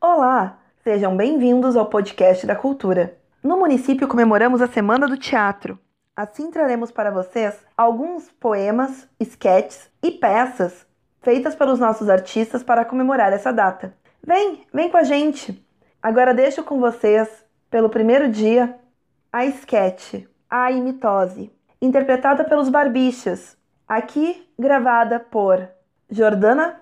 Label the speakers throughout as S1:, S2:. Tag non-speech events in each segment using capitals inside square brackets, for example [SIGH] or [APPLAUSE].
S1: Olá, sejam bem-vindos ao podcast da Cultura. No município comemoramos a Semana do Teatro. Assim traremos para vocês alguns poemas, esquetes e peças feitas pelos nossos artistas para comemorar essa data. Vem, vem com a gente. Agora deixo com vocês, pelo primeiro dia, a esquete, a imitose, interpretada pelos Barbixas, aqui gravada por Jordana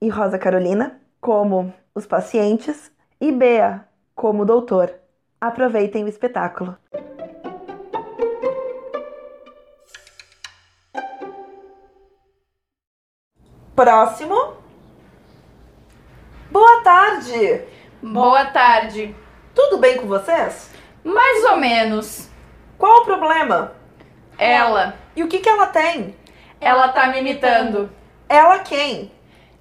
S1: e Rosa Carolina como os pacientes e Bea como doutor. Aproveitem o espetáculo. Próximo. Boa tarde.
S2: Boa tarde.
S1: Tudo bem com vocês?
S2: Mais ou menos.
S1: Qual o problema?
S2: Ela.
S1: E o que que ela tem?
S2: Ela tá me imitando.
S1: Ela quem?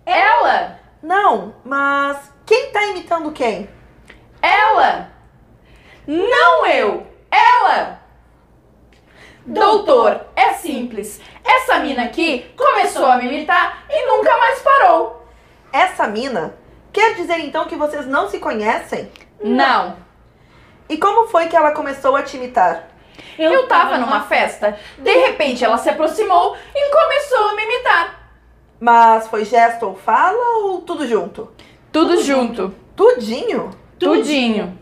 S2: Ela.
S1: Não, mas quem tá imitando quem?
S2: Ela. Não eu. Ela. Doutor, é simples. Essa mina aqui começou a me imitar e nunca mais parou.
S1: Essa mina? Quer dizer então que vocês não se conhecem?
S2: Não.
S1: E como foi que ela começou a te imitar?
S2: Eu, tava numa festa. De repente ela se aproximou e começou a me imitar.
S1: Mas foi gesto ou fala ou tudo junto?
S2: Tudo junto.
S1: Tudinho?
S2: Tudinho.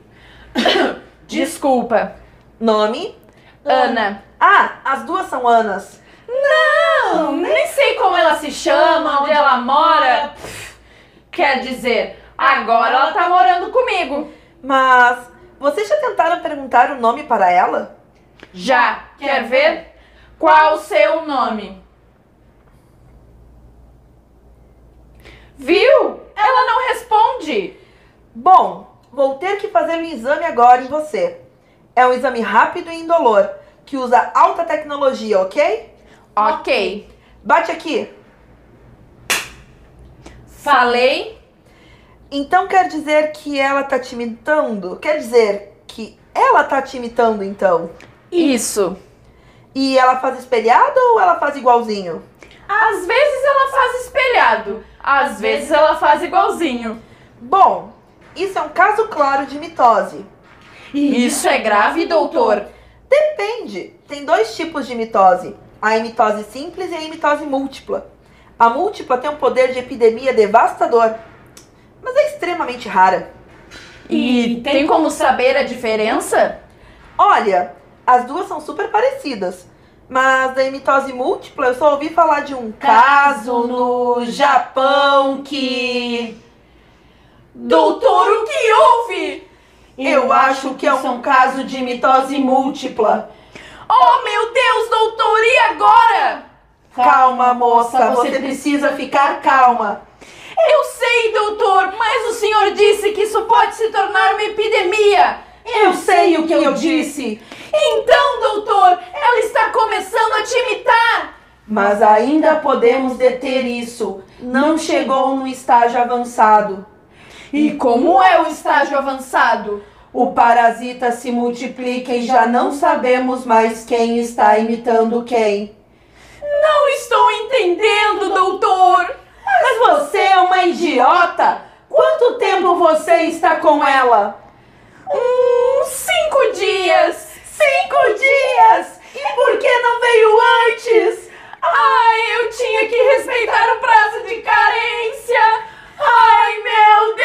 S2: [COUGHS] Desculpa.
S1: Nome?
S2: Ana.
S1: Ah, as duas são Anas.
S2: Não, nem sei como ela se chama, onde ela mora. Pff, Quer dizer, agora ela tá morando comigo.
S1: Mas vocês já tentaram perguntar o nome para ela?
S2: Já, quer ver? Qual o seu nome? Viu? Ela não responde.
S1: Bom, vou ter que fazer um exame agora em você. É um exame rápido e indolor, que usa alta tecnologia, ok?
S2: Ok,
S1: Bate aqui.
S2: falei.
S1: Então quer dizer que ela tá te imitando? Quer dizer que ela tá te imitando então?
S2: Isso.
S1: E ela faz espelhado ou ela faz igualzinho?
S2: Às vezes ela faz espelhado, às vezes ela faz igualzinho.
S1: Bom, isso é um caso claro de mitose.
S2: Isso é grave, doutor.
S1: Depende. Tem dois tipos de mitose: a mitose simples e a mitose múltipla. A múltipla tem um poder de epidemia devastador, mas é extremamente rara.
S2: E tem como saber a diferença?
S1: Olha, as duas são super parecidas, mas da mitose múltipla eu só ouvi falar de um caso no Japão que
S2: Doutor, o que houve?
S1: eu acho que é um caso de mitose múltipla.
S2: Oh, meu Deus, doutor, e agora?
S1: Calma, moça, você precisa ficar calma.
S2: Eu sei, doutor, mas o senhor disse que isso pode se tornar uma epidemia.
S1: Eu sei o que eu disse.
S2: Então, doutor, ela está começando a te imitar.
S1: Mas ainda podemos deter isso. Não chegou no estágio avançado.
S2: E como é o estágio avançado?
S1: O parasita se multiplica e já não sabemos mais quem está imitando quem.
S2: Não estou entendendo, doutor.
S1: Mas você é uma idiota! Quanto tempo você está com ela?
S2: Uns cinco dias.
S1: Cinco dias! E por que não veio antes?
S2: Ai, eu tinha que respeitar o prazo de carência. Ai, meu